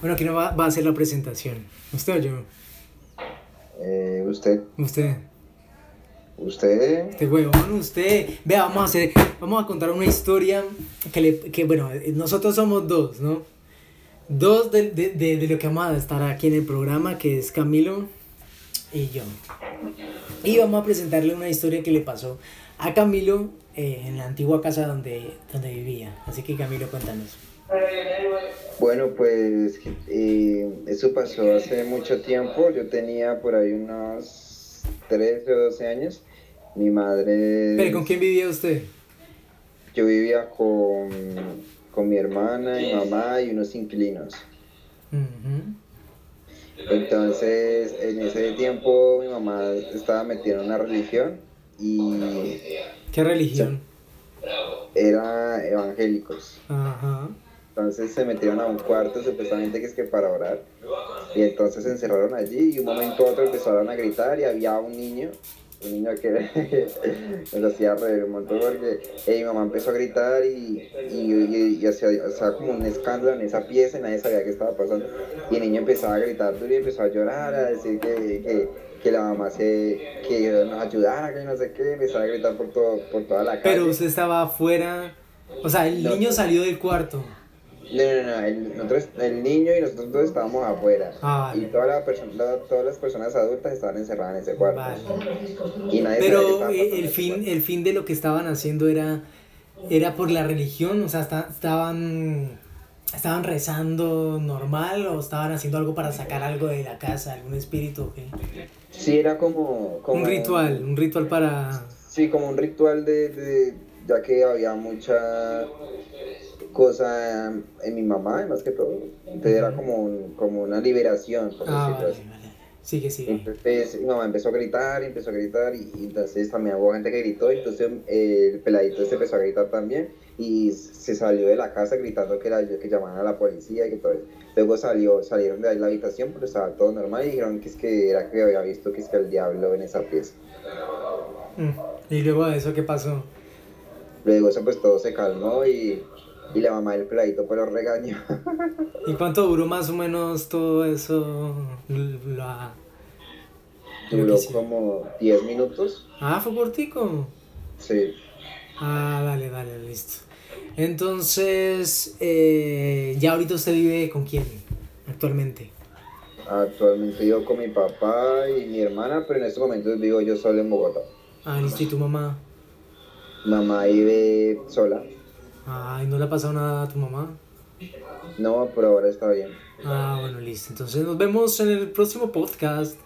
Bueno, ¿quién va, va a hacer la presentación? ¿Usted o yo? Eh, usted, Usted. usted, Este huevón, usted. Vea, vamos a hacer. Vamos a contar una historia que le. Que bueno, eh, nosotros somos dos, ¿no? Dos de, de, de, de lo que vamos a estar aquí en el programa, que es Camilo y yo. Y vamos a presentarle una historia que le pasó a Camilo eh, en la antigua casa donde, donde vivía. Así que Camilo, cuéntanos. bueno, pues eh, eso pasó hace mucho tiempo. Yo tenía por ahí unos 13 o 12 años. Mi madre. ¿Pero con quién vivía usted? Yo vivía con, con mi hermana, mi mamá y unos inquilinos. Ujú. Entonces, en ese tiempo, mi mamá estaba metida en una religión y ¿Qué religión? era evangélicos. Ajá. Entonces se metieron a un cuarto supuestamente que es que para orar. Y entonces se encerraron allí y de un momento a otro empezaron a gritar y había un niño, un niño que nos hacía reír un montón porque eh, mi mamá empezó a gritar y, y, y- y hacía hacía como un escándalo en esa pieza y nadie sabía qué estaba pasando. Y el niño empezaba a gritar duro y empezó a llorar, a decir que, que, que la mamá se, que nos ayudara, que no sé qué, empezaba a gritar por, todo, por toda la calle. Pero usted estaba afuera. O sea, el No. niño salió del cuarto. No, no, no, el, nosotros- el niño y nosotros dos estábamos afuera. Ah, vale. Y toda la perso- la- todas las personas adultas estaban encerradas en ese cuarto. Vale. Y nadie sabía qué Pero estaba eh, pasando pues. en el ese fin, cuarto. el fin de lo que estaban haciendo era, era por la religión, o sea, esta- estaban, estaban rezando normal o estaban haciendo algo para sacar algo de la casa, algún espíritu, o qué? Sí, era como, como- un ritual, un ritual para, ah, Sí, como un ritual de, de- ya que había mucha cosa en mi mamá, más que todo. Entonces era como, un- como una liberación, por ah, decirlo vale, así. vale, sigue, sigue, Entonces mi mamá empezó a gritar, empezó a gritar y, y entonces también hubo gente que gritó, entonces eh, el peladito se empezó a gritar también y se salió de la casa gritando que, la, que llamaban a la policía y que todo eso. Luego salió, salieron de ahí la habitación, pero estaba todo normal y dijeron que es que era que había visto que es que el diablo en esa pieza. Mm, y luego de eso, ¿qué pasó? Luego eso pues todo se calmó y, y la mamá del peladito pues lo regañó. ¿Y cuánto duró más o menos todo eso? L- la- lo que Duró hicieron? como 10 minutos. Ah, fue cortico. Sí. Ah, vale, vale, listo. Entonces, eh, ya ahorita usted vive con quién actualmente. Actualmente yo con mi papá y mi hermana, pero en estos momentos vivo yo solo en Bogotá. Ah, listo, y tu mamá. Mamá vive sola. Ay, no le ha pasado nada a tu mamá. No, por ahora está bien. Ah, bueno, listo. Entonces nos vemos en el próximo podcast.